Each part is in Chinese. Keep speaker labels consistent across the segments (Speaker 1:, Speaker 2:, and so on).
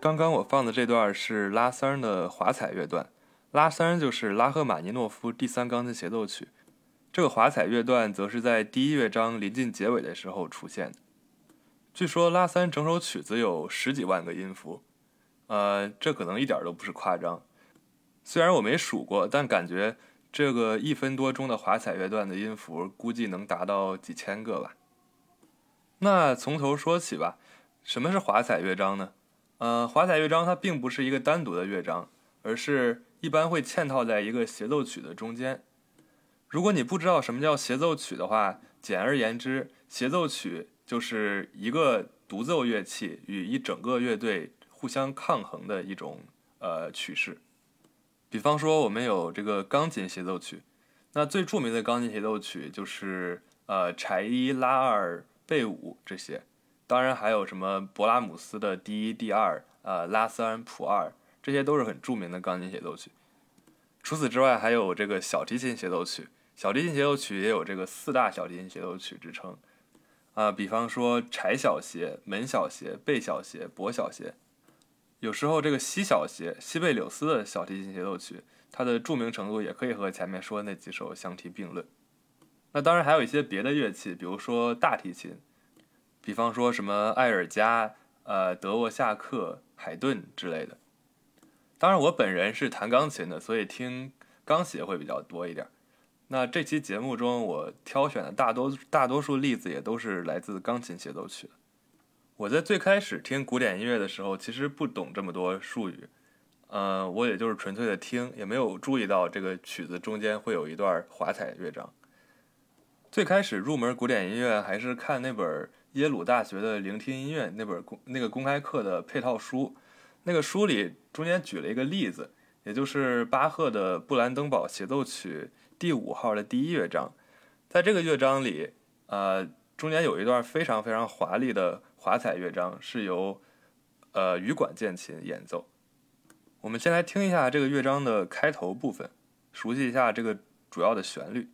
Speaker 1: 刚刚我放的这段是拉三儿的华彩乐段，拉三儿就是拉赫玛尼诺夫第三钢琴协奏曲。这个华彩乐段则是在第一乐章临近结尾的时候出现的。据说拉三整首曲子有十几万个音符，呃，这可能一点都不是夸张。虽然我没数过，但感觉这个一分多钟的华彩乐段的音符估计能达到几千个吧。那从头说起吧，什么是华彩乐章呢？呃，华彩乐章它并不是一个单独的乐章，而是一般会嵌套在一个协奏曲的中间。如果你不知道什么叫协奏曲的话，简而言之，协奏曲就是一个独奏乐器与一整个乐队互相抗衡的一种呃曲式。比方说，我们有这个钢琴协奏曲，那最著名的钢琴协奏曲就是呃柴一、拉二、贝五这些，当然还有什么勃拉姆斯的第一、第二，呃拉三、普二，这些都是很著名的钢琴协奏曲。除此之外，还有这个小提琴协奏曲，小提琴协奏曲也有这个四大小提琴协奏曲之称，啊、比方说柴小协、门小协、贝小协、博小协，有时候这个西小协、西贝柳斯的小提琴协奏曲，它的著名程度也可以和前面说的那几首相提并论。那当然还有一些别的乐器，比如说大提琴，比方说什么艾尔加、呃德沃夏克、海顿之类的。当然，我本人是弹钢琴的，所以听钢协会比较多一点儿。那这期节目中，我挑选的大多大多数例子也都是来自钢琴协奏曲的。我在最开始听古典音乐的时候，其实不懂这么多术语，呃，我也就是纯粹的听，也没有注意到这个曲子中间会有一段华彩乐章。最开始入门古典音乐还是看那本耶鲁大学的聆听音乐那本公那个公开课的配套书，那个书里中间举了一个例子，也就是巴赫的布兰登堡协奏曲第五号的第一乐章，在这个乐章里，呃，中间有一段非常非常华丽的华彩乐章，是由呃羽管键琴演奏。我们先来听一下这个乐章的开头部分，熟悉一下这个主要的旋律。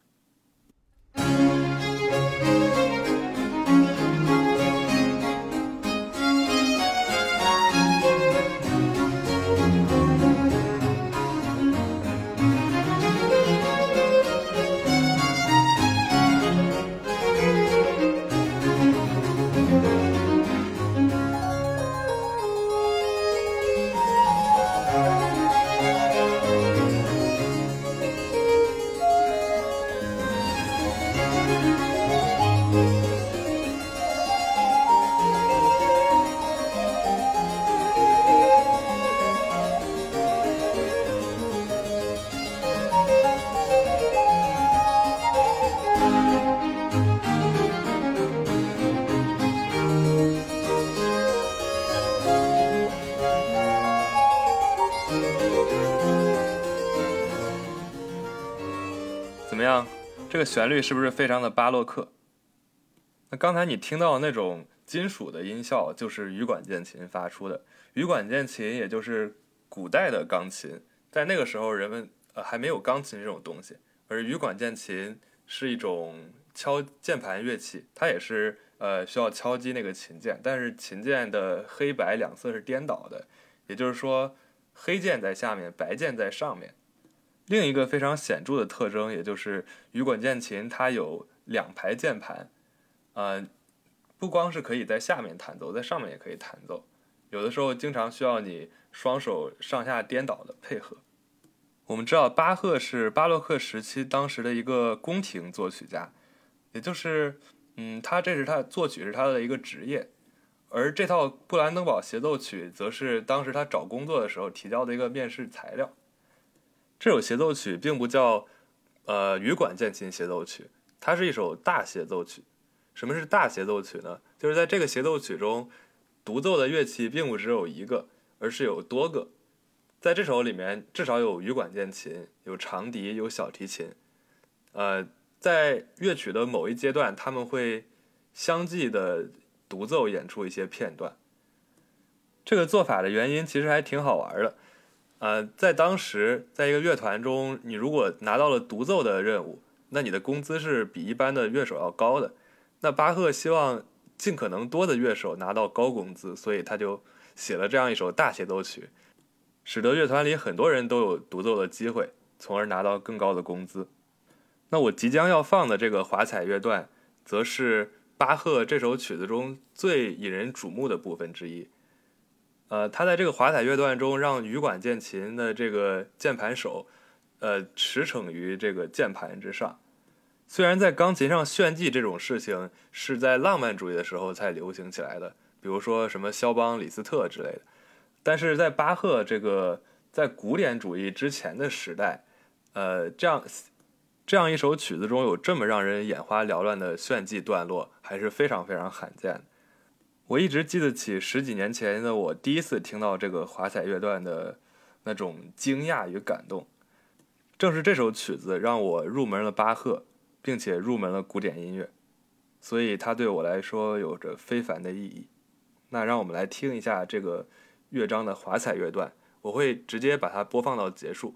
Speaker 1: 怎么样？这个旋律是不是非常的巴洛克？那刚才你听到那种金属的音效，就是羽管键琴发出的。羽管键琴也就是古代的钢琴，在那个时候人们呃还没有钢琴这种东西，而羽管键琴是一种敲键盘乐器，它也是呃需要敲击那个琴键，但是琴键的黑白两侧是颠倒的，也就是说黑键在下面，白键在上面。另一个非常显著的特征，也就是羽管键琴它有两排键盘，呃，不光是可以在下面弹奏，在上面也可以弹奏，有的时候经常需要你双手上下颠倒的配合。我们知道巴赫是巴洛克时期当时的一个宫廷作曲家，也就是，嗯，他这是他作曲是他的一个职业，而这套布兰登堡协奏曲则是当时他找工作的时候提交的一个面试材料。这首协奏曲并不叫呃羽管键琴协奏曲，它是一首大协奏曲。什么是大协奏曲呢？就是在这个协奏曲中，独奏的乐器并不只有一个，而是有多个。在这首里面，至少有羽管键琴、有长笛、有小提琴。呃，在乐曲的某一阶段，他们会相继的独奏演出一些片段。这个做法的原因其实还挺好玩的。呃，在当时，在一个乐团中，你如果拿到了独奏的任务，那你的工资是比一般的乐手要高的。那巴赫希望尽可能多的乐手拿到高工资，所以他就写了这样一首大协奏曲，使得乐团里很多人都有独奏的机会，从而拿到更高的工资。那我即将要放的这个华彩乐段，则是巴赫这首曲子中最引人瞩目的部分之一。呃，他在这个华彩乐段中，让羽管键琴的这个键盘手，呃，驰骋于这个键盘之上。虽然在钢琴上炫技这种事情是在浪漫主义的时候才流行起来的，比如说什么肖邦、李斯特之类的，但是在巴赫这个在古典主义之前的时代，呃，这样这样一首曲子中有这么让人眼花缭乱的炫技段落，还是非常非常罕见的。我一直记得起十几年前的我第一次听到这个华彩乐段的那种惊讶与感动。正是这首曲子让我入门了巴赫，并且入门了古典音乐，所以它对我来说有着非凡的意义。那让我们来听一下这个乐章的华彩乐段，我会直接把它播放到结束。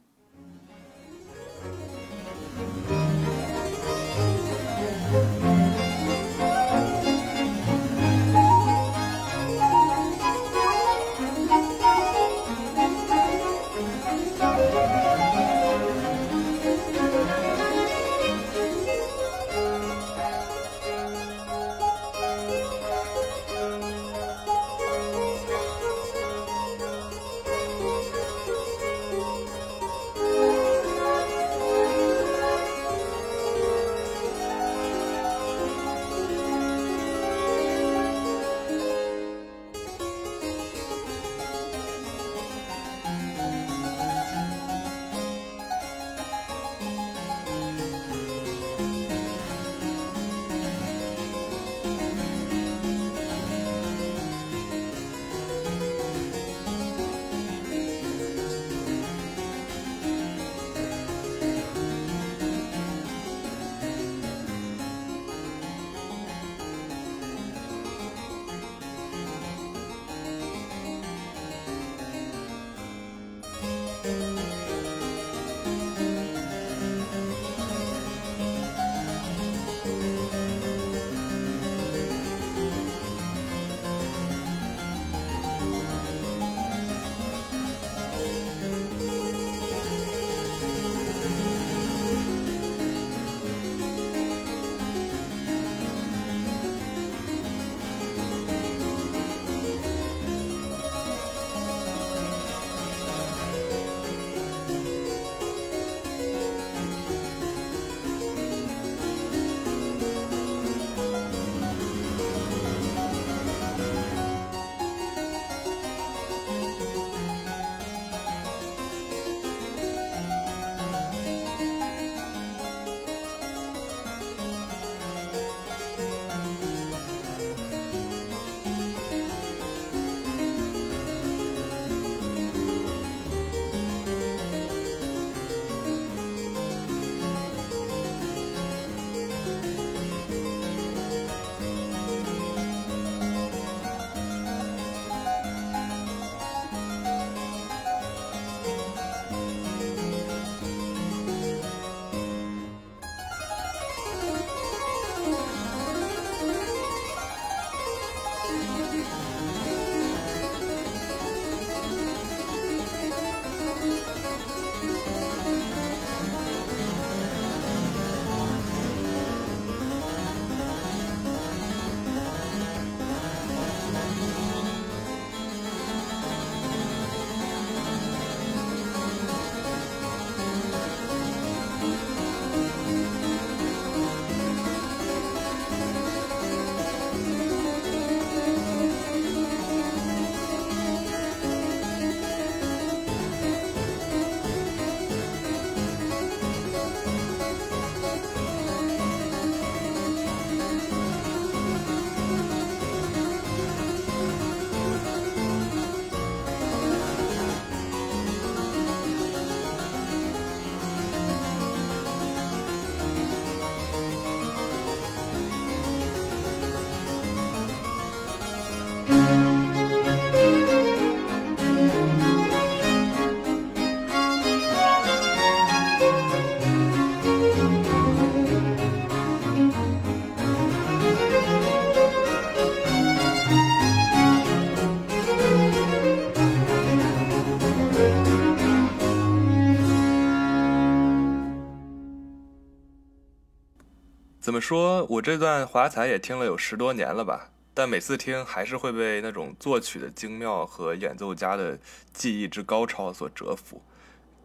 Speaker 1: 说，我这段华彩也听了有十多年了吧，但每次听还是会被那种作曲的精妙和演奏家的技艺之高超所折服。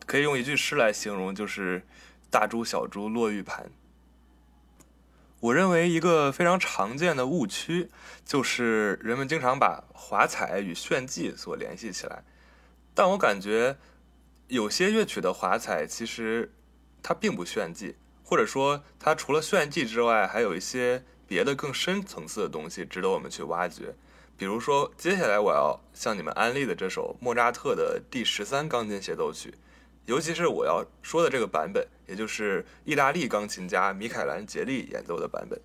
Speaker 1: 可以用一句诗来形容，就是“大珠小珠落玉盘”。我认为一个非常常见的误区，就是人们经常把华彩与炫技所联系起来，但我感觉有些乐曲的华彩其实它并不炫技，或者说它除了炫技之外，还有一些别的更深层次的东西值得我们去挖掘。比如说，接下来我要向你们安利的这首莫扎特的第十三钢琴协奏曲。尤其是我要说的这个版本，也就是意大利钢琴家米凯兰·杰利演奏的版本。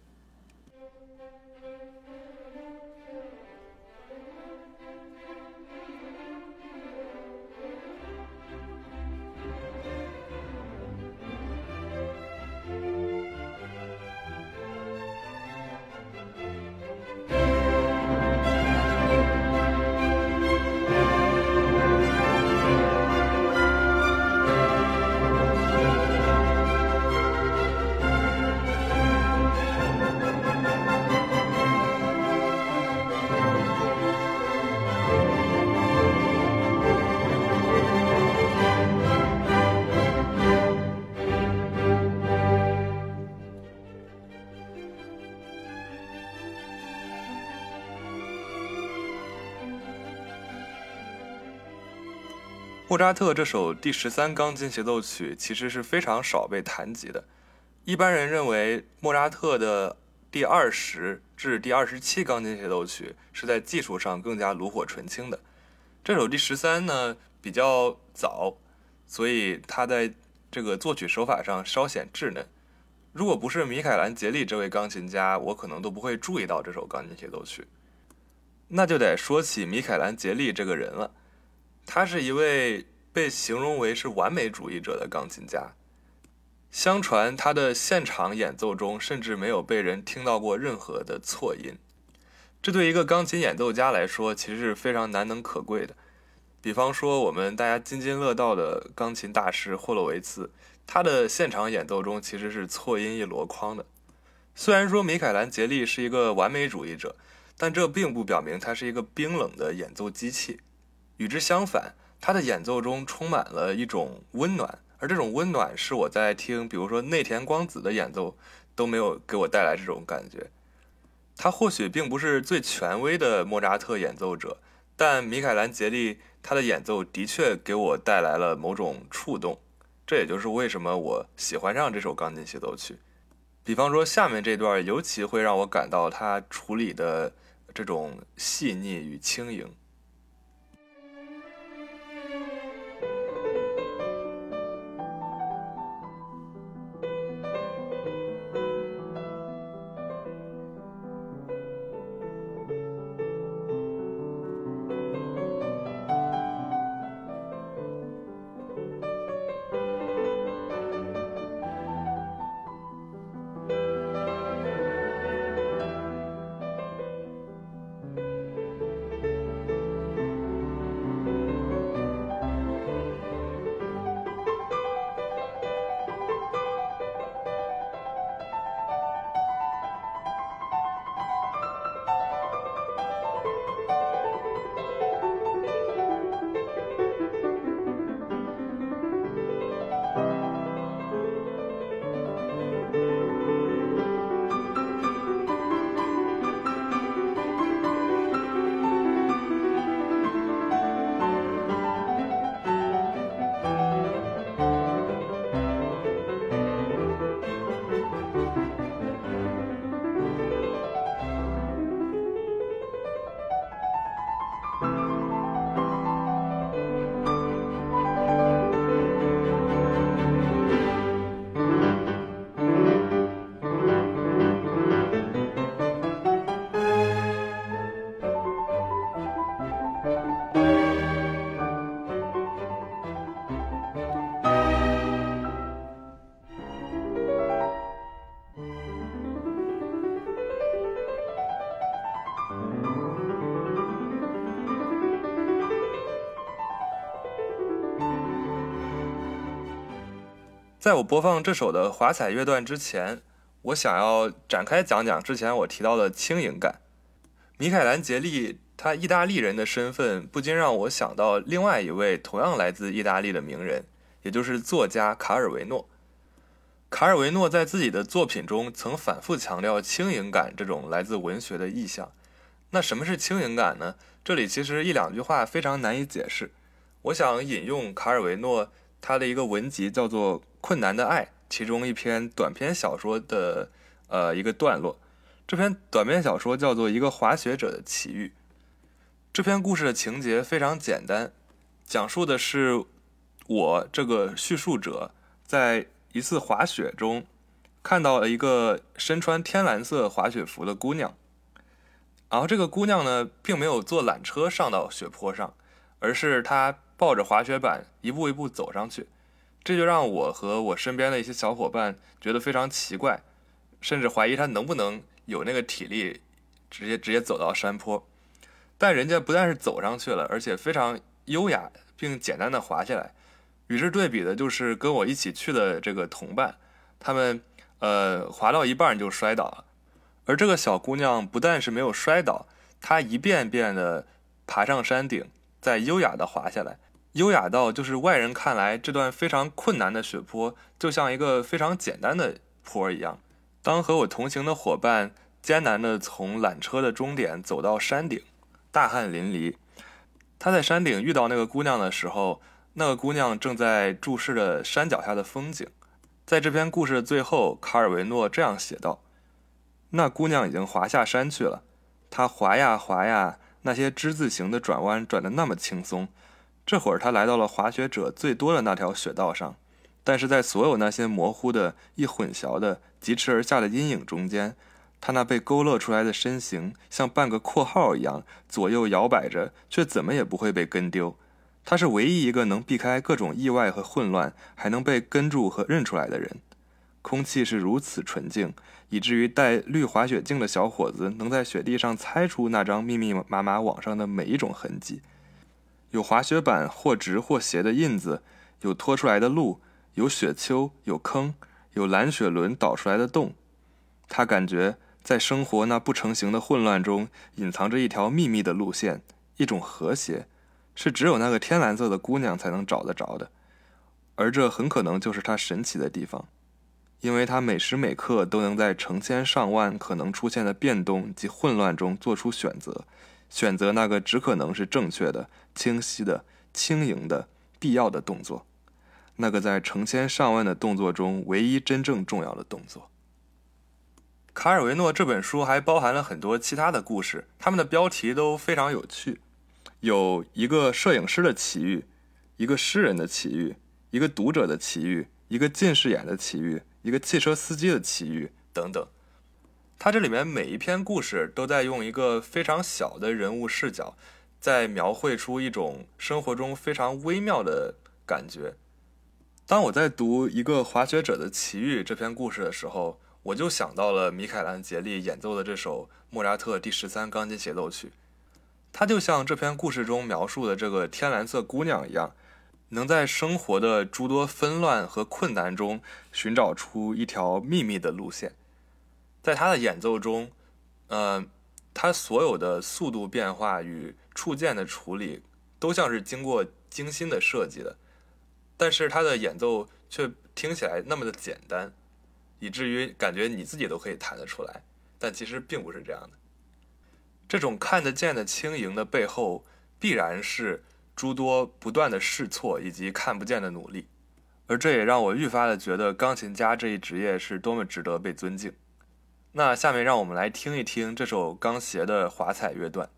Speaker 1: 莫扎特这首第十三钢琴协奏曲其实是非常少被谈及的。一般人认为，莫扎特的第二十至第二十七钢琴协奏曲是在技术上更加炉火纯青的。这首第十三呢比较早，所以它在这个作曲手法上稍显稚嫩。如果不是米凯兰杰利这位钢琴家，我可能都不会注意到这首钢琴协奏曲。那就得说起米凯兰杰利这个人了。他是一位被形容为是完美主义者的钢琴家。相传他的现场演奏中甚至没有被人听到过任何的错音，这对一个钢琴演奏家来说其实是非常难能可贵的。比方说，我们大家津津乐道的钢琴大师霍洛维茨，他的现场演奏中其实是错音一箩筐的。虽然说米凯兰杰利是一个完美主义者，但这并不表明他是一个冰冷的演奏机器。与之相反，他的演奏中充满了一种温暖，而这种温暖是我在听，比如说内田光子的演奏都没有给我带来这种感觉。他或许并不是最权威的莫扎特演奏者，但米凯兰杰利他的演奏的确给我带来了某种触动，这也就是为什么我喜欢上这首钢琴协奏曲。比方说下面这段，尤其会让我感到他处理的这种细腻与轻盈。在我播放这首的华彩乐段之前，我想要展开讲讲之前我提到的轻盈感。米凯兰杰利他意大利人的身份，不禁让我想到另外一位同样来自意大利的名人，也就是作家卡尔维诺。卡尔维诺在自己的作品中曾反复强调轻盈感这种来自文学的意象。那什么是轻盈感呢？这里其实一两句话非常难以解释。我想引用卡尔维诺他的一个文集，叫做《困难的爱》，其中一篇短篇小说的呃一个段落。这篇短篇小说叫做《一个滑雪者的奇遇》。这篇故事的情节非常简单，讲述的是我这个叙述者在一次滑雪中看到了一个身穿天蓝色滑雪服的姑娘。然后这个姑娘呢，并没有坐缆车上到雪坡上，而是她抱着滑雪板一步一步走上去。这就让我和我身边的一些小伙伴觉得非常奇怪，甚至怀疑她能不能。有那个体力，直接直接走到山坡，但人家不但是走上去了，而且非常优雅并简单的滑下来。与之对比的就是跟我一起去的这个同伴，他们呃滑到一半就摔倒了，而这个小姑娘不但是没有摔倒，她一遍遍的爬上山顶，再优雅的滑下来，优雅到就是外人看来这段非常困难的雪坡就像一个非常简单的坡一样。当和我同行的伙伴艰难地从缆车的终点走到山顶，大汗淋漓。他在山顶遇到那个姑娘的时候，那个姑娘正在注视着山脚下的风景。在这篇故事的最后，卡尔维诺这样写道：“那姑娘已经滑下山去了，她滑呀滑呀，那些之字形的转弯转得那么轻松。这会儿她来到了滑雪者最多的那条雪道上。”但是在所有那些模糊的、易混淆的、疾驰而下的阴影中间，他那被勾勒出来的身形像半个括号一样左右摇摆着，却怎么也不会被跟丢。他是唯一一个能避开各种意外和混乱，还能被跟住和认出来的人。空气是如此纯净，以至于戴绿滑雪镜的小伙子能在雪地上猜出那张密密麻麻网上的每一种痕迹，有滑雪板或直或斜的印子，有拖出来的路。有雪丘，有坑，有蓝雪轮倒出来的洞。他感觉在生活那不成形的混乱中，隐藏着一条秘密的路线，一种和谐，是只有那个天蓝色的姑娘才能找得着的。而这很可能就是她神奇的地方，因为她每时每刻都能在成千上万可能出现的变动及混乱中做出选择，选择那个只可能是正确的、清晰的、轻盈的、必要的动作。那个在成千上万的动作中唯一真正重要的动作。卡尔维诺这本书还包含了很多其他的故事，他们的标题都非常有趣，有一个摄影师的奇遇，一个诗人的奇遇，一个读者的奇遇，一个近视眼的奇遇，一个汽车司机的奇遇等等。它这里面每一篇故事都在用一个非常小的人物视角，在描绘出一种生活中非常微妙的感觉。当我在读一个滑雪者的奇遇这篇故事的时候，我就想到了米凯兰杰利演奏的这首莫扎特第十三钢琴协奏曲。它就像这篇故事中描述的这个天蓝色姑娘一样，能在生活的诸多纷乱和困难中寻找出一条秘密的路线。在她的演奏中，呃，她所有的速度变化与触键的处理，都像是经过精心的设计的。但是他的演奏却听起来那么的简单，以至于感觉你自己都可以弹得出来，但其实并不是这样的。这种看得见的轻盈的背后，必然是诸多不断的试错以及看不见的努力，而这也让我愈发的觉得钢琴家这一职业是多么值得被尊敬。那下面让我们来听一听这首钢协的华彩乐段。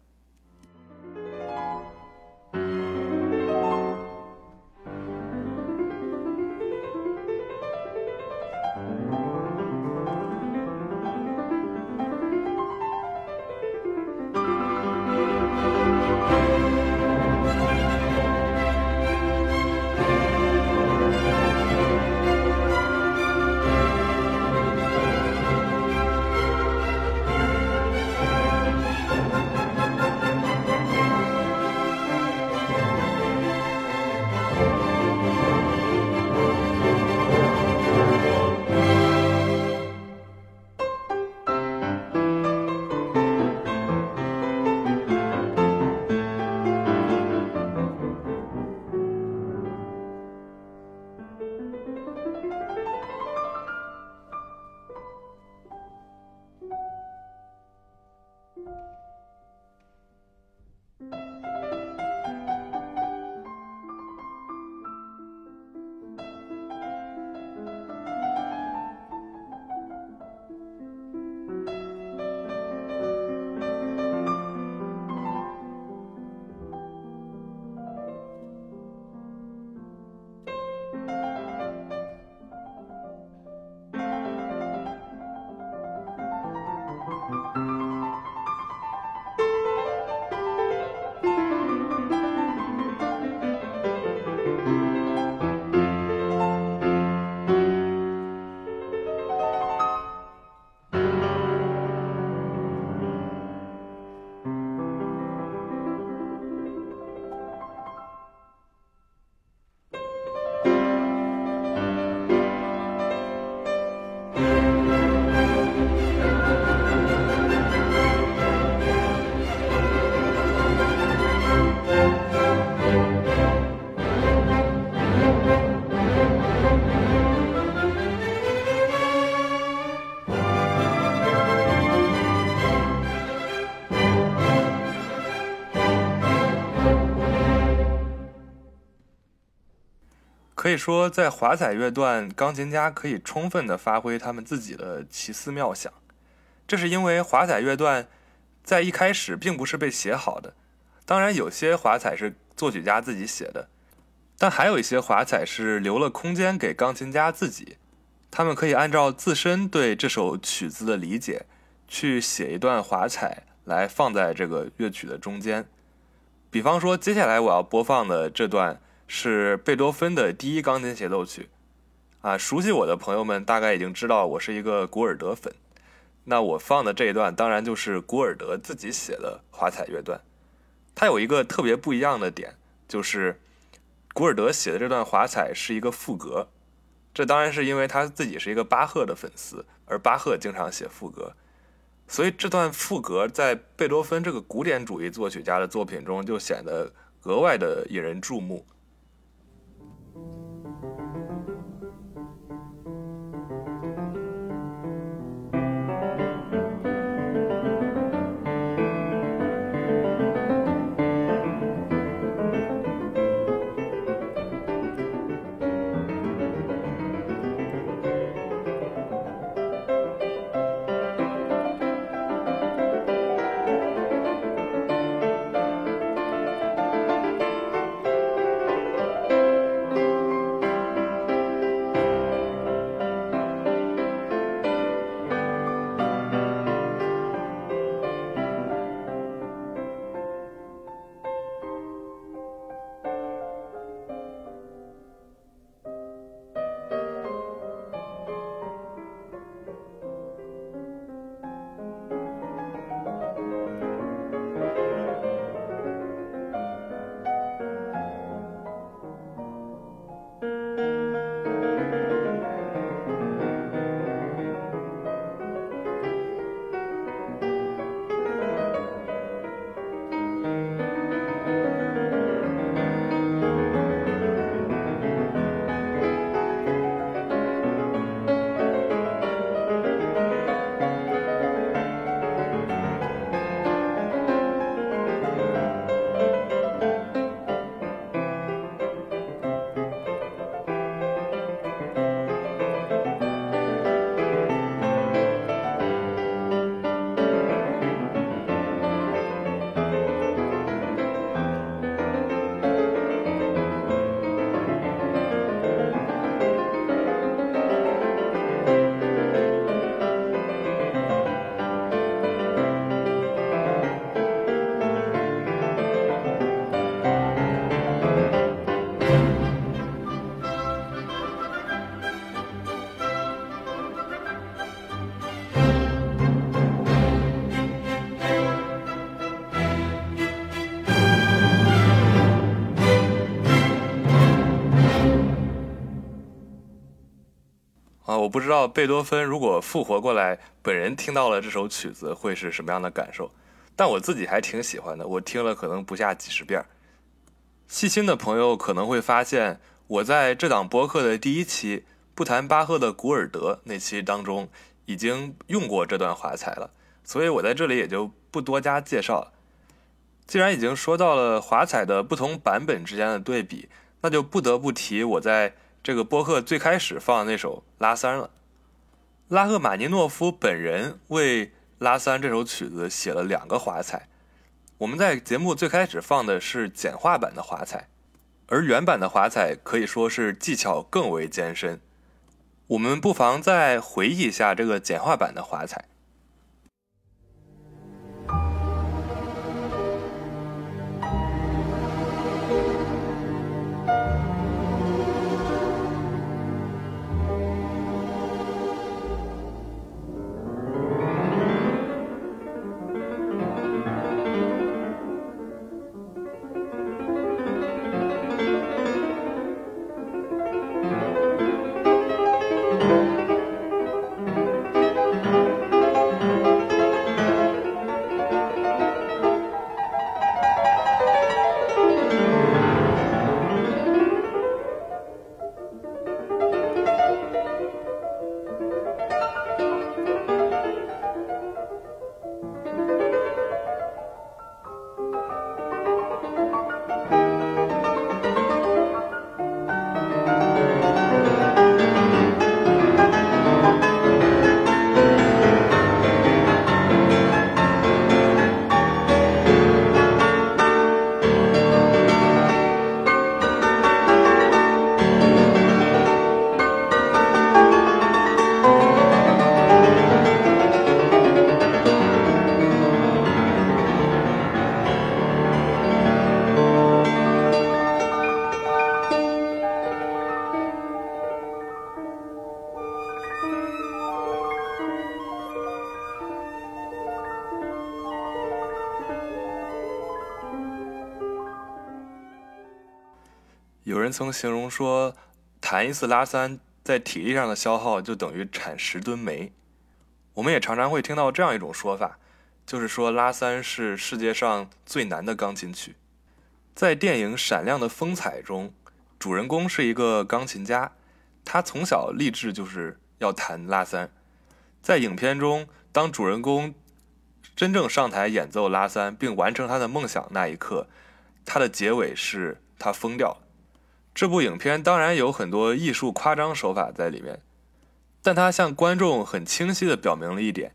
Speaker 1: 可以说，在华彩乐段，钢琴家可以充分地发挥他们自己的奇思妙想。这是因为华彩乐段在一开始并不是被写好的，当然有些华彩是作曲家自己写的，但还有一些华彩是留了空间给钢琴家自己，他们可以按照自身对这首曲子的理解，去写一段华彩来放在这个乐曲的中间。比方说，接下来我要播放的这段是贝多芬的第一钢琴协奏曲，啊，熟悉我的朋友们大概已经知道我是一个古尔德粉。那我放的这一段当然就是古尔德自己写的华彩乐段，它有一个特别不一样的点，就是古尔德写的这段华彩是一个赋格，这当然是因为他自己是一个巴赫的粉丝，而巴赫经常写赋格，所以这段赋格在贝多芬这个古典主义作曲家的作品中就显得格外的引人注目。啊，我不知道贝多芬如果复活过来，本人听到了这首曲子会是什么样的感受，但我自己还挺喜欢的，我听了可能不下几十遍儿。细心的朋友可能会发现，我在这档播客的第一期不谈巴赫的《古尔德》那期当中已经用过这段华彩了，所以我在这里也就不多加介绍了。既然已经说到了华彩的不同版本之间的对比，那就不得不提我在。这个播客最开始放的那首《拉三》了，拉赫玛尼诺夫本人为《拉三》这首曲子写了两个华彩。我们在节目最开始放的是简化版的华彩，而原版的华彩可以说是技巧更为艰深。我们不妨再回忆一下这个简化版的华彩。有人曾形容说，弹一次拉三在体力上的消耗就等于产十吨煤。我们也常常会听到这样一种说法，就是说拉三是世界上最难的钢琴曲。在电影《闪亮的风采》中，主人公是一个钢琴家，他从小立志就是要弹拉三。在影片中，当主人公真正上台演奏拉三并完成他的梦想那一刻，他的结尾是他疯掉了。这部影片当然有很多艺术夸张手法在里面，但它向观众很清晰地表明了一点，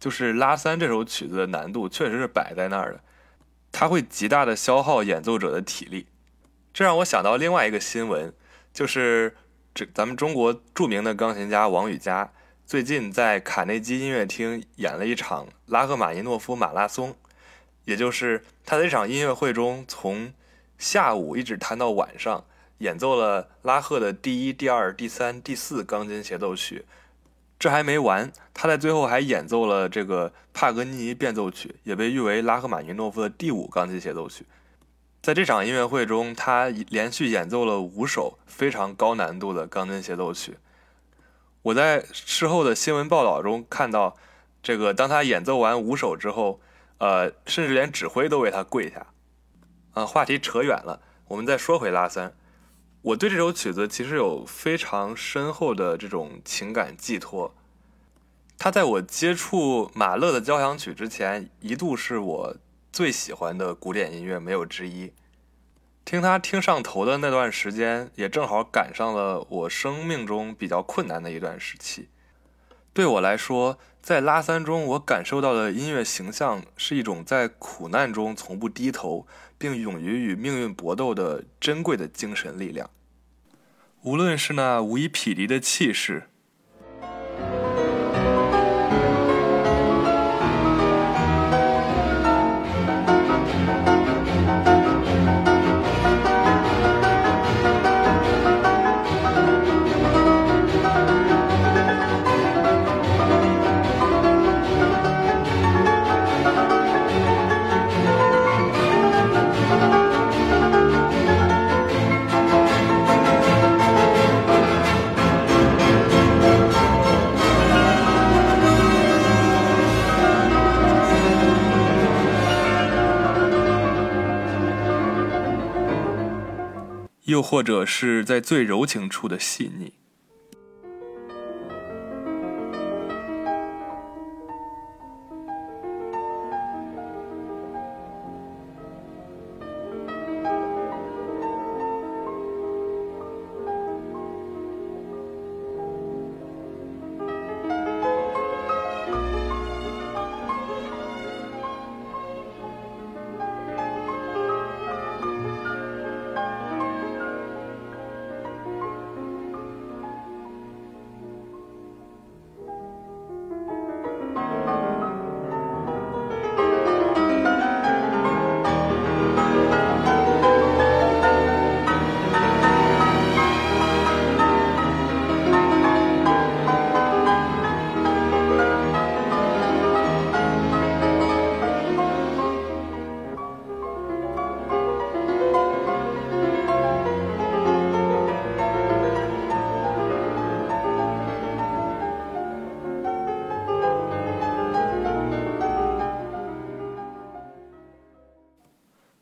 Speaker 1: 就是拉三这首曲子的难度确实是摆在那儿的，它会极大地消耗演奏者的体力。这让我想到另外一个新闻，就是这咱们中国著名的钢琴家王羽佳。最近在卡内基音乐厅演了一场拉赫玛尼诺夫马拉松，也就是他在这场音乐会中从下午一直弹到晚上，演奏了拉赫的第一、第二、第三、第四钢筋协奏曲。这还没完，他在最后还演奏了这个帕格尼尼变奏曲，也被誉为拉赫玛尼诺夫的第五钢琴协奏曲。在这场音乐会中，他连续演奏了五首非常高难度的钢筋协奏曲。我在事后的新闻报道中看到，这个当他演奏完五首之后，呃，甚至连指挥都为他跪下。啊，话题扯远了，我们再说回拉三。我对这首曲子其实有非常深厚的这种情感寄托。它在我接触马勒的交响曲之前，一度是我最喜欢的古典音乐，没有之一。听他听上头的那段时间，也正好赶上了我生命中比较困难的一段时期。对我来说，在拉三中，我感受到的音乐形象是一种在苦难中从不低头，并勇于与命运搏斗的珍贵的精神力量。无论是那无以匹敌的气势，又或者是在最柔情处的细腻。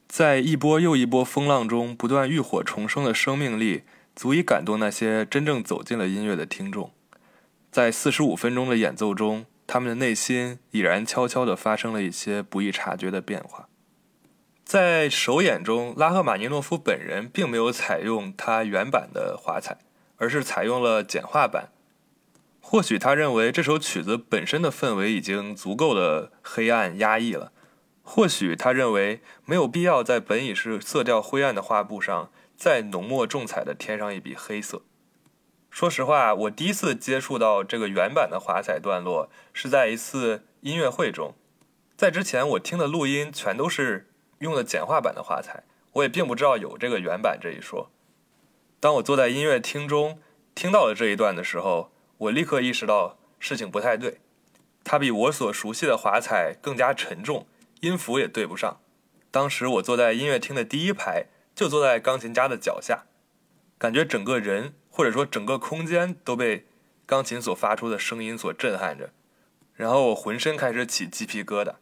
Speaker 1: 在一波又一波风浪中不断浴火重生的生命力，足以感动那些真正走进了音乐的听众。在四十五分钟的演奏中，他们的内心已然悄悄地发生了一些不易察觉的变化。在首演中，拉赫玛尼诺夫本人并没有采用他原版的华彩，而是采用了简化版。或许他认为这首曲子本身的氛围已经足够的黑暗压抑了。或许他认为没有必要在本已是色调灰暗的画布上再浓墨重彩地添上一笔黑色。说实话，我第一次接触到这个原版的华彩段落是在一次音乐会中，在之前我听的录音全都是用的简化版的华彩，我也并不知道有这个原版这一说。当我坐在音乐厅中听到了这一段的时候，我立刻意识到事情不太对，它比我所熟悉的华彩更加沉重。音符也对不上，当时我坐在音乐厅的第一排，就坐在钢琴家的脚下，感觉整个人或者说整个空间都被钢琴所发出的声音所震撼着，然后我浑身开始起鸡皮疙瘩。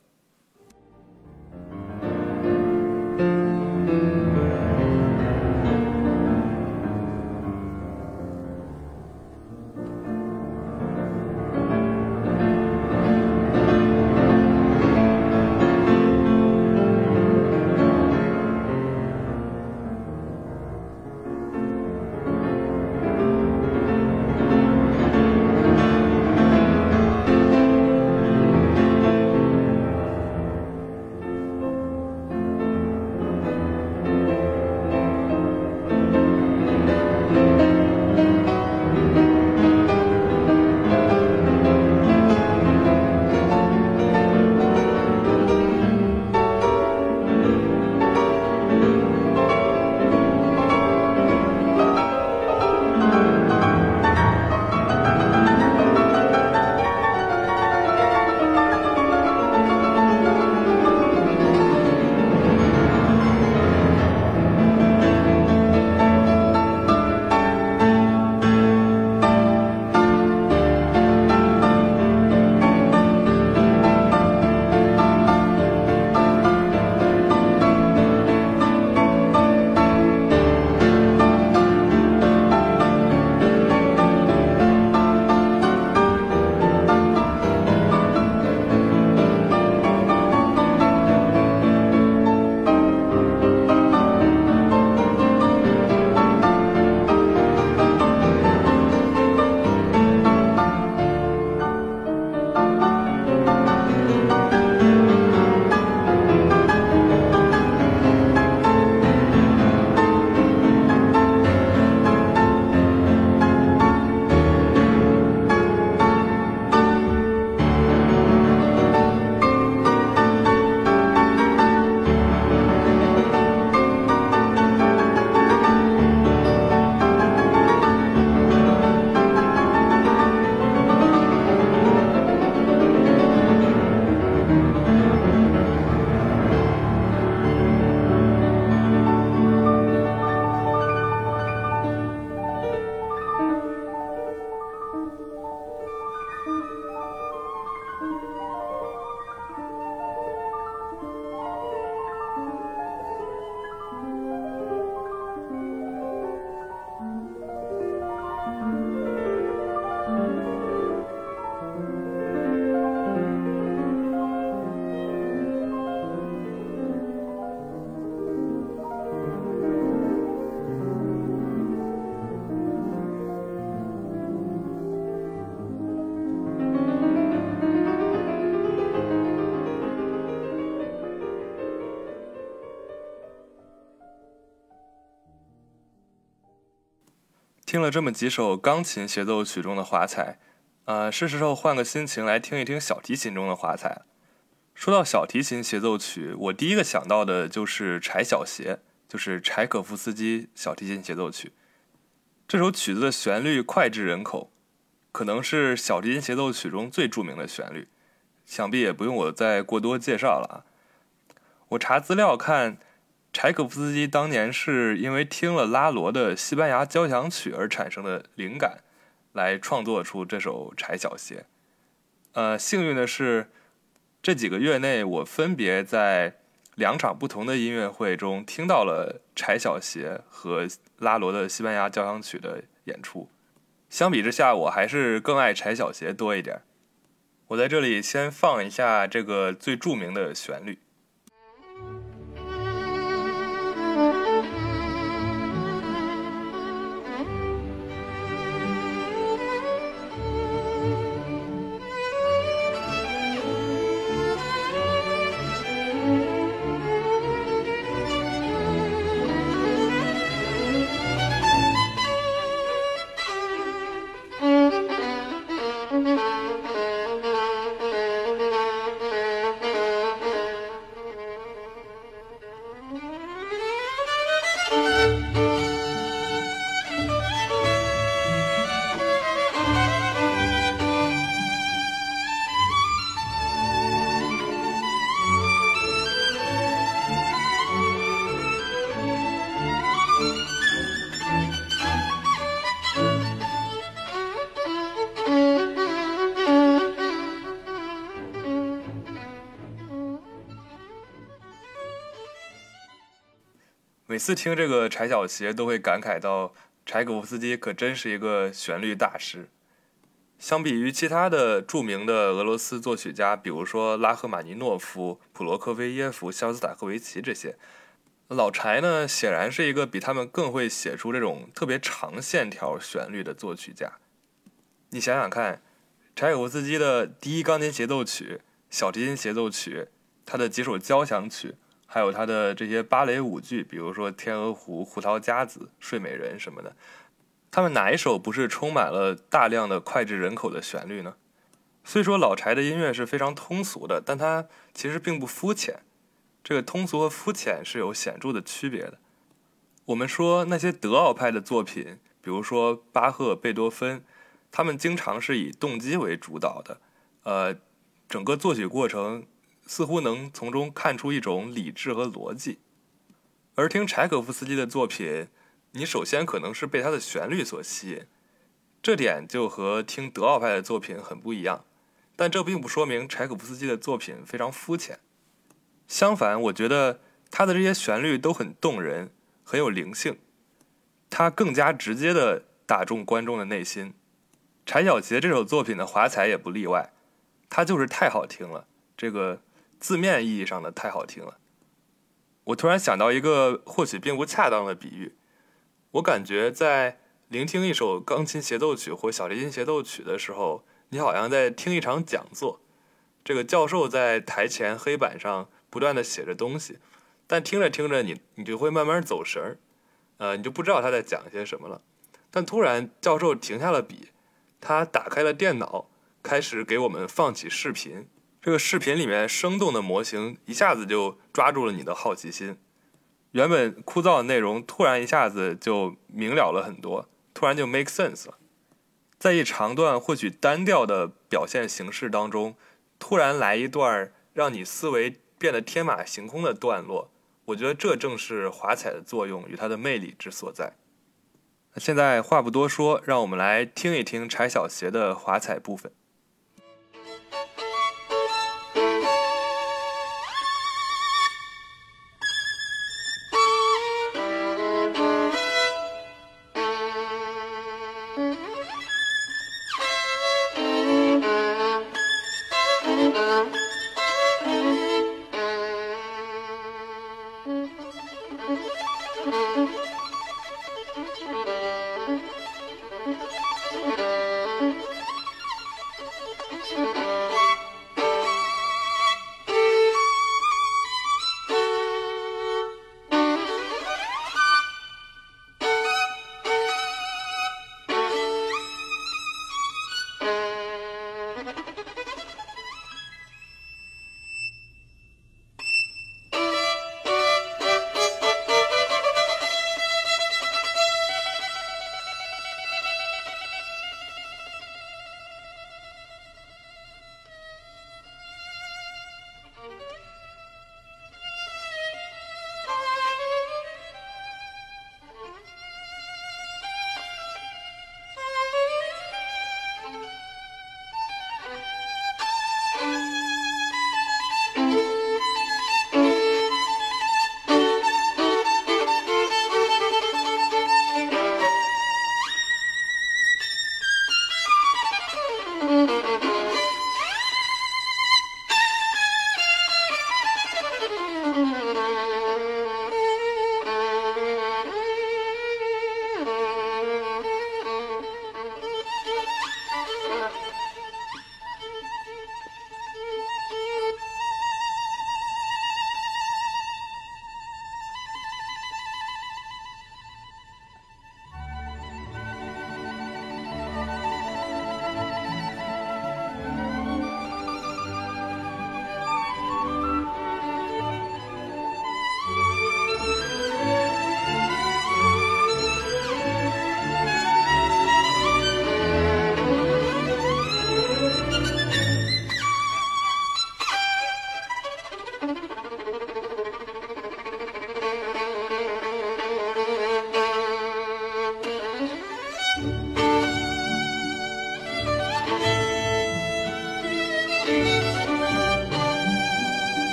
Speaker 1: 听了这么几首钢琴协奏曲中的华彩，呃，是时候换个心情来听一听小提琴中的华彩了。说到小提琴协奏曲，我第一个想到的就是柴小协，就是柴可夫斯基小提琴协奏曲。这首曲子的旋律脍炙人口，可能是小提琴协奏曲中最著名的旋律，想必也不用我再过多介绍了啊。我查资料看。柴可夫斯基当年是因为听了拉罗的《西班牙交响曲》而产生的灵感，来创作出这首《柴小协》。呃，幸运的是，这几个月内我分别在两场不同的音乐会中听到了柴小协和拉罗的《西班牙交响曲》的演出。相比之下，我还是更爱柴小协多一点。我在这里先放一下这个最著名的旋律。每次听这个柴小鞋，都会感慨到柴可夫斯基可真是一个旋律大师。相比于其他的著名的俄罗斯作曲家，比如说拉赫玛尼诺夫、普罗科菲耶夫、肖斯塔科维奇这些，老柴呢显然是一个比他们更会写出这种特别长线条旋律的作曲家。你想想看，柴可夫斯基的第一钢琴协奏曲、小提琴协奏曲，他的几首交响曲。还有他的这些芭蕾舞剧，比如说《天鹅湖》《胡桃夹子》《睡美人》什么的，他们哪一首不是充满了大量的脍炙人口的旋律呢？虽说老柴的音乐是非常通俗的，但它其实并不肤浅。这个通俗和肤浅是有显著的区别的。我们说那些德奥派的作品，比如说巴赫、贝多芬，他们经常是以动机为主导的，呃，整个作曲过程。似乎能从中看出一种理智和逻辑，而听柴可夫斯基的作品，你首先可能是被他的旋律所吸引，这点就和听德奥派的作品很不一样。但这并不说明柴可夫斯基的作品非常肤浅，相反，我觉得他的这些旋律都很动人，很有灵性，他更加直接的打中观众的内心。柴小杰这首作品的华彩也不例外，它就是太好听了，这个。字面意义上的太好听了，我突然想到一个或许并不恰当的比喻，我感觉在聆听一首钢琴协奏曲或小提琴协奏曲的时候，你好像在听一场讲座，这个教授在台前黑板上不断的写着东西，但听着听着你你就会慢慢走神儿，呃，你就不知道他在讲些什么了，但突然教授停下了笔，他打开了电脑，开始给我们放起视频。这个视频里面生动的模型一下子就抓住了你的好奇心，原本枯燥的内容突然一下子就明了了很多，突然就 make sense 了。在一长段或许单调的表现形式当中，突然来一段让你思维变得天马行空的段落，我觉得这正是华彩的作用与它的魅力之所在。现在话不多说，让我们来听一听柴小鞋的华彩部分。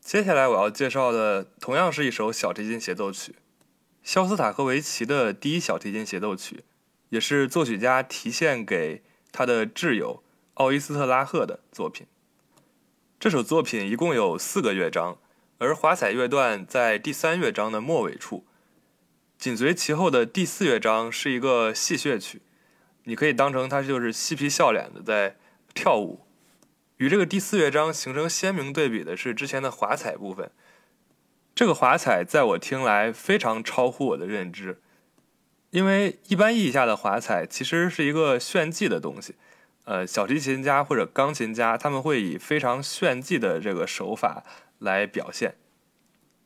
Speaker 1: 接下来我要介绍的同样是一首小提琴协奏曲，肖斯塔科维奇的第一小提琴协奏曲，也是作曲家提献给他的挚友奥伊斯特拉赫的作品。这首作品一共有四个乐章，而华彩乐段在第三乐章的末尾处，紧随其后的第四乐章是一个戏谑曲，你可以当成它就是嬉皮笑脸的在跳舞。与这个第四乐章形成鲜明对比的是之前的华彩部分。这个华彩在我听来非常超乎我的认知，因为一般意义下的华彩其实是一个炫技的东西。呃，小提琴家或者钢琴家他们会以非常炫技的这个手法来表现，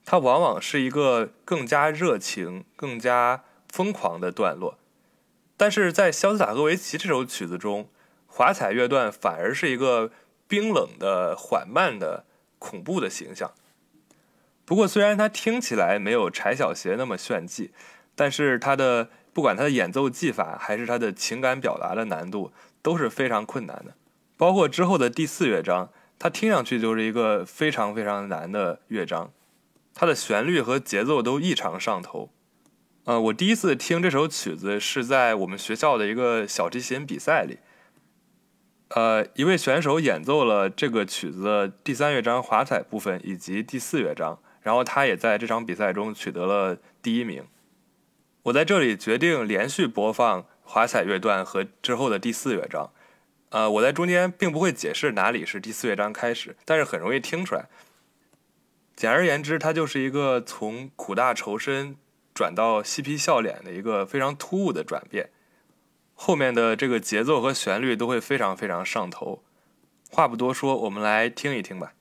Speaker 1: 它往往是一个更加热情、更加疯狂的段落。但是在肖斯塔科维奇这首曲子中，华彩乐段反而是一个。冰冷的、缓慢的、恐怖的形象。不过，虽然它听起来没有柴小鞋那么炫技，但是它的不管它的演奏技法还是它的情感表达的难度都是非常困难的。包括之后的第四乐章，它听上去就是一个非常非常难的乐章，它的旋律和节奏都异常上头。呃，我第一次听这首曲子是在我们学校的一个小提琴比赛里。呃，一位选手演奏了这个曲子的第三乐章华彩部分以及第四乐章，然后他也在这场比赛中取得了第一名。我在这里决定连续播放华彩乐段和之后的第四乐章。呃，我在中间并不会解释哪里是第四乐章开始，但是很容易听出来。简而言之，它就是一个从苦大仇深转到嬉皮笑脸的一个非常突兀的转变。后面的这个节奏和旋律都会非常非常上头。话不多说，我们来听一听吧。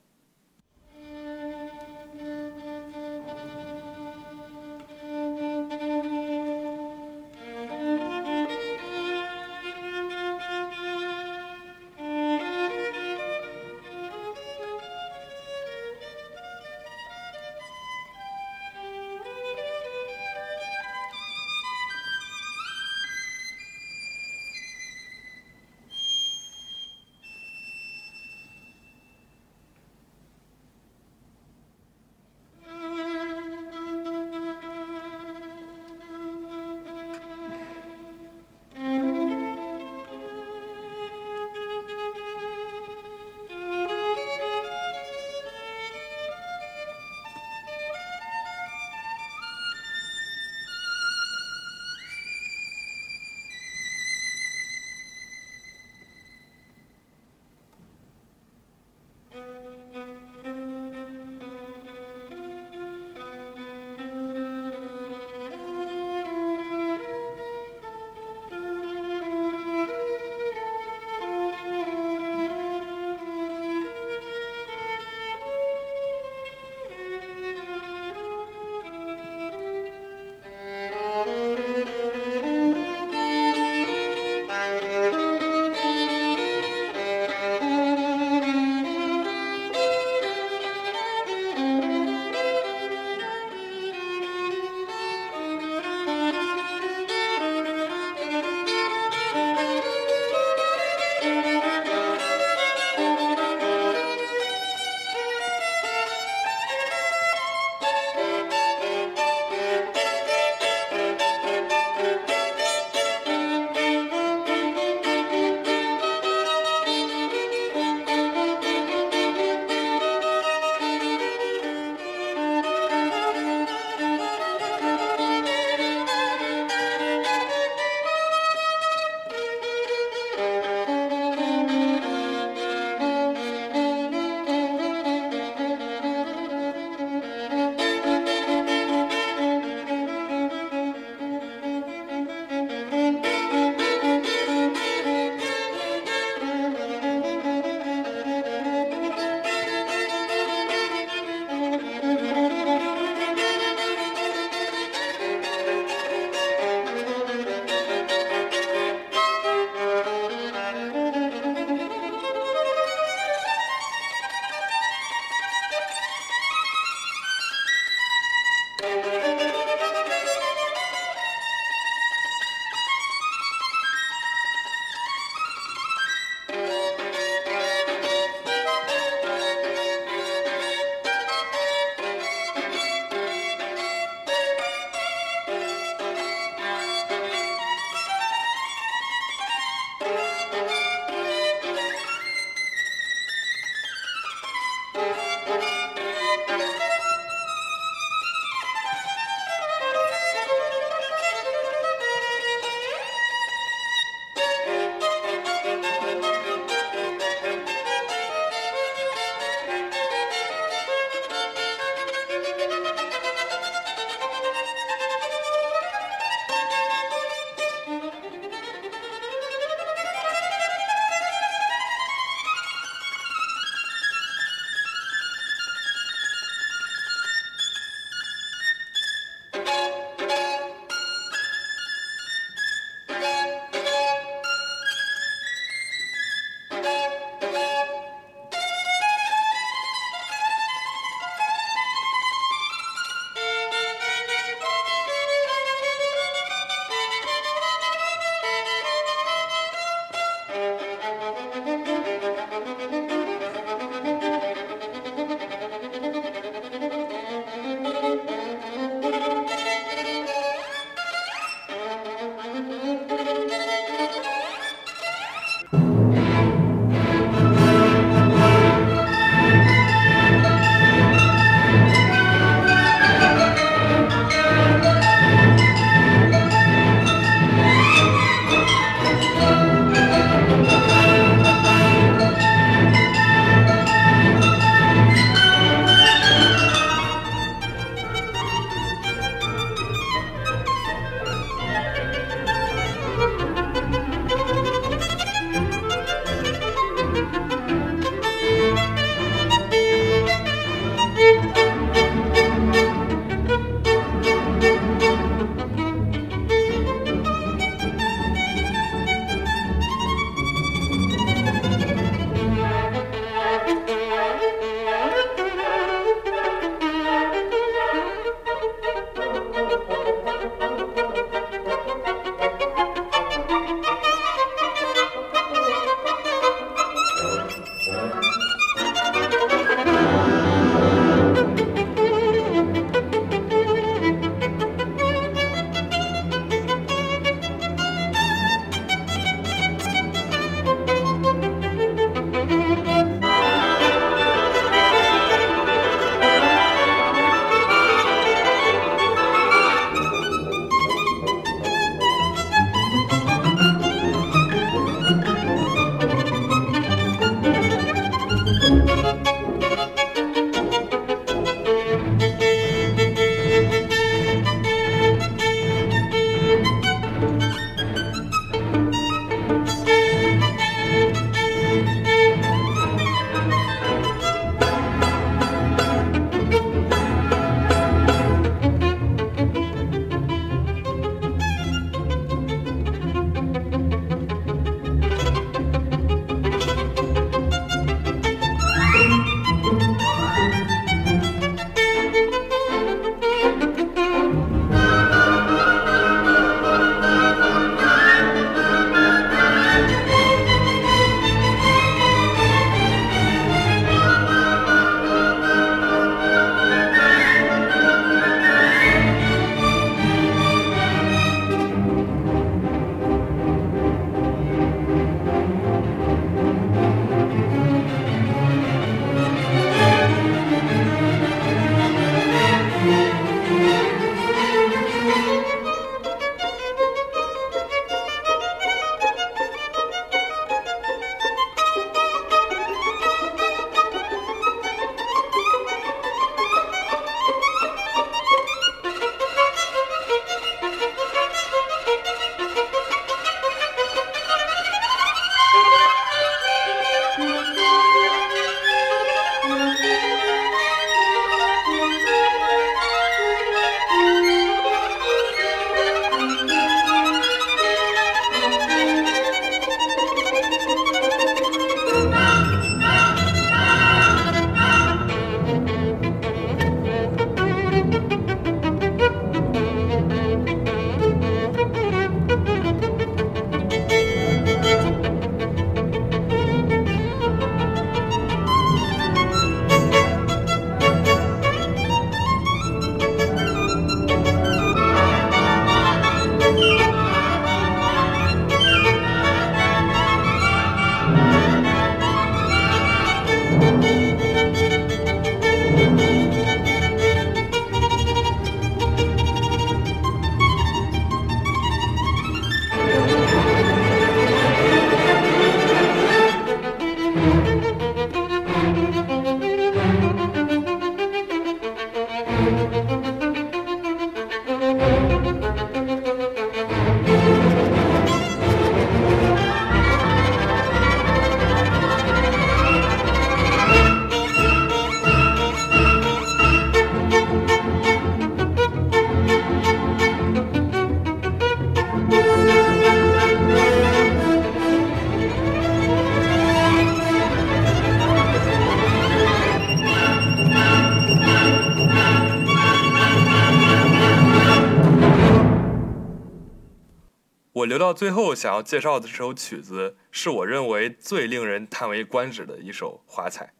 Speaker 1: 我留到最后想要介绍的这首曲子，是我认为最令人叹为观止的一首华彩。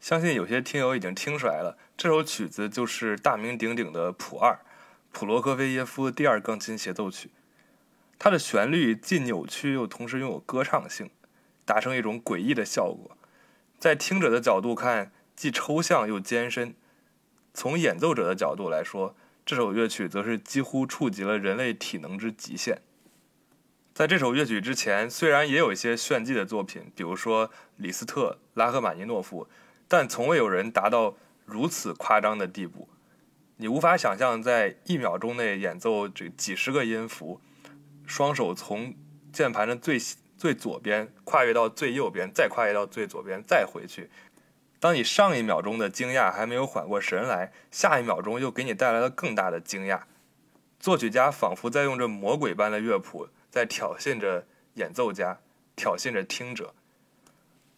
Speaker 1: 相信有些听友已经听出来了，这首曲子就是大名鼎鼎的《普二》，普罗科菲耶夫第二钢琴协奏曲。它的旋律既扭曲又同时拥有歌唱性，达成一种诡异的效果。在听者的角度看，既抽象又艰深；从演奏者的角度来说，这首乐曲则是几乎触及了人类体能之极限。在这首乐曲之前，虽然也有一些炫技的作品，比如说李斯特、拉赫玛尼诺夫。但从未有人达到如此夸张的地步，你无法想象在一秒钟内演奏这几十个音符，双手从键盘的最最左边跨越到最右边，再跨越到最左边，再回去。当你上一秒钟的惊讶还没有缓过神来，下一秒钟又给你带来了更大的惊讶。作曲家仿佛在用这魔鬼般的乐谱，在挑衅着演奏家，挑衅着听者，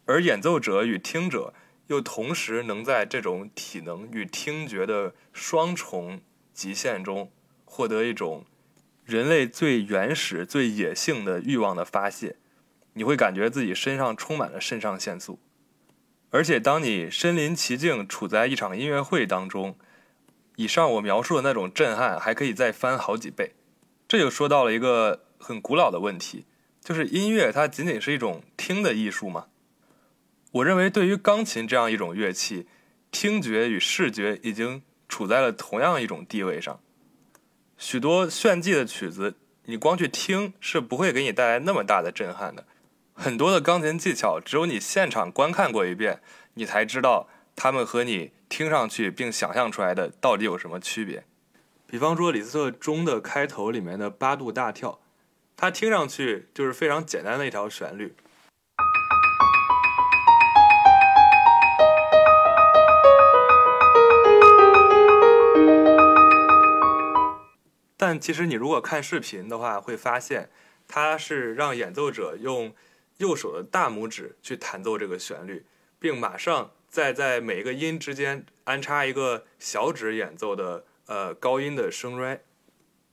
Speaker 1: 而演奏者与听者。又同时能在这种体能与听觉的双重极限中，获得一种人类最原始、最野性的欲望的发泄，你会感觉自己身上充满了肾上腺素。而且，当你身临其境，处在一场音乐会当中，以上我描述的那种震撼还可以再翻好几倍。这就说到了一个很古老的问题，就是音乐它仅仅是一种听的艺术吗？我认为，对于钢琴这样一种乐器，听觉与视觉已经处在了同样一种地位上。许多炫技的曲子，你光去听是不会给你带来那么大的震撼的。很多的钢琴技巧，只有你现场观看过一遍，你才知道它们和你听上去并想象出来的到底有什么区别。比方说，李斯特中的开头里面的八度大跳，它听上去就是非常简单的一条旋律。但其实你如果看视频的话，会发现它是让演奏者用右手的大拇指去弹奏这个旋律，并马上再在每一个音之间安插一个小指演奏的呃高音的升 re，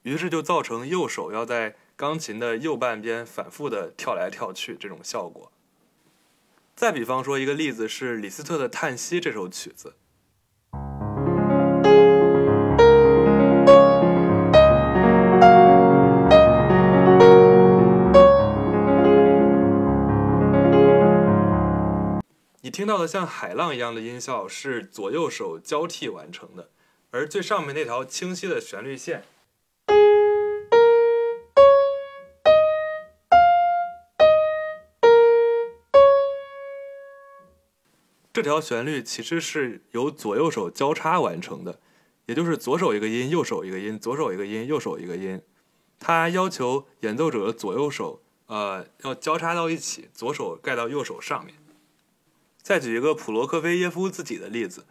Speaker 1: 于是就造成右手要在钢琴的右半边反复的跳来跳去这种效果。再比方说一个例子是李斯特的《叹息》这首曲子。听到的像海浪一样的音效是左右手交替完成的，而最上面那条清晰的旋律线，这条旋律其实是由左右手交叉完成的，也就是左手一个音，右手一个音，左手一个音，右手一个音。它要求演奏者的左右手呃要交叉到一起，左手盖到右手上面。再举一个普罗科菲耶夫自己的例子，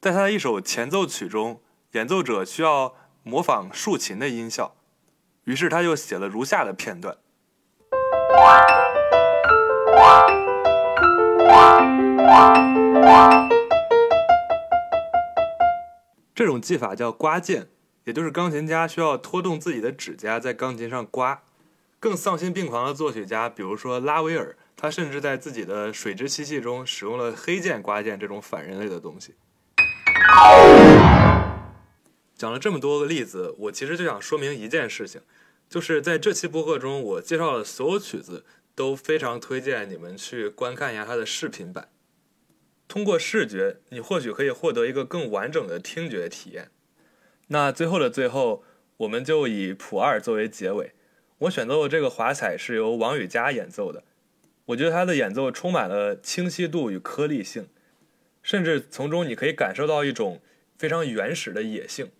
Speaker 1: 在他的一首前奏曲中，演奏者需要模仿竖琴的音效，于是他就写了如下的片段。这种技法叫刮键，也就是钢琴家需要拖动自己的指甲在钢琴上刮。更丧心病狂的作曲家，比如说拉威尔，他甚至在自己的《水之嬉戏》中使用了黑键刮键这种反人类的东西。讲了这么多个例子，我其实就想说明一件事情，就是在这期播客中，我介绍的所有曲子都非常推荐你们去观看一下它的视频版。通过视觉，你或许可以获得一个更完整的听觉体验。那最后的最后，我们就以谱二作为结尾。我选择的这个华彩是由王宇佳演奏的，我觉得他的演奏充满了清晰度与颗粒性，甚至从中你可以感受到一种非常原始的野性。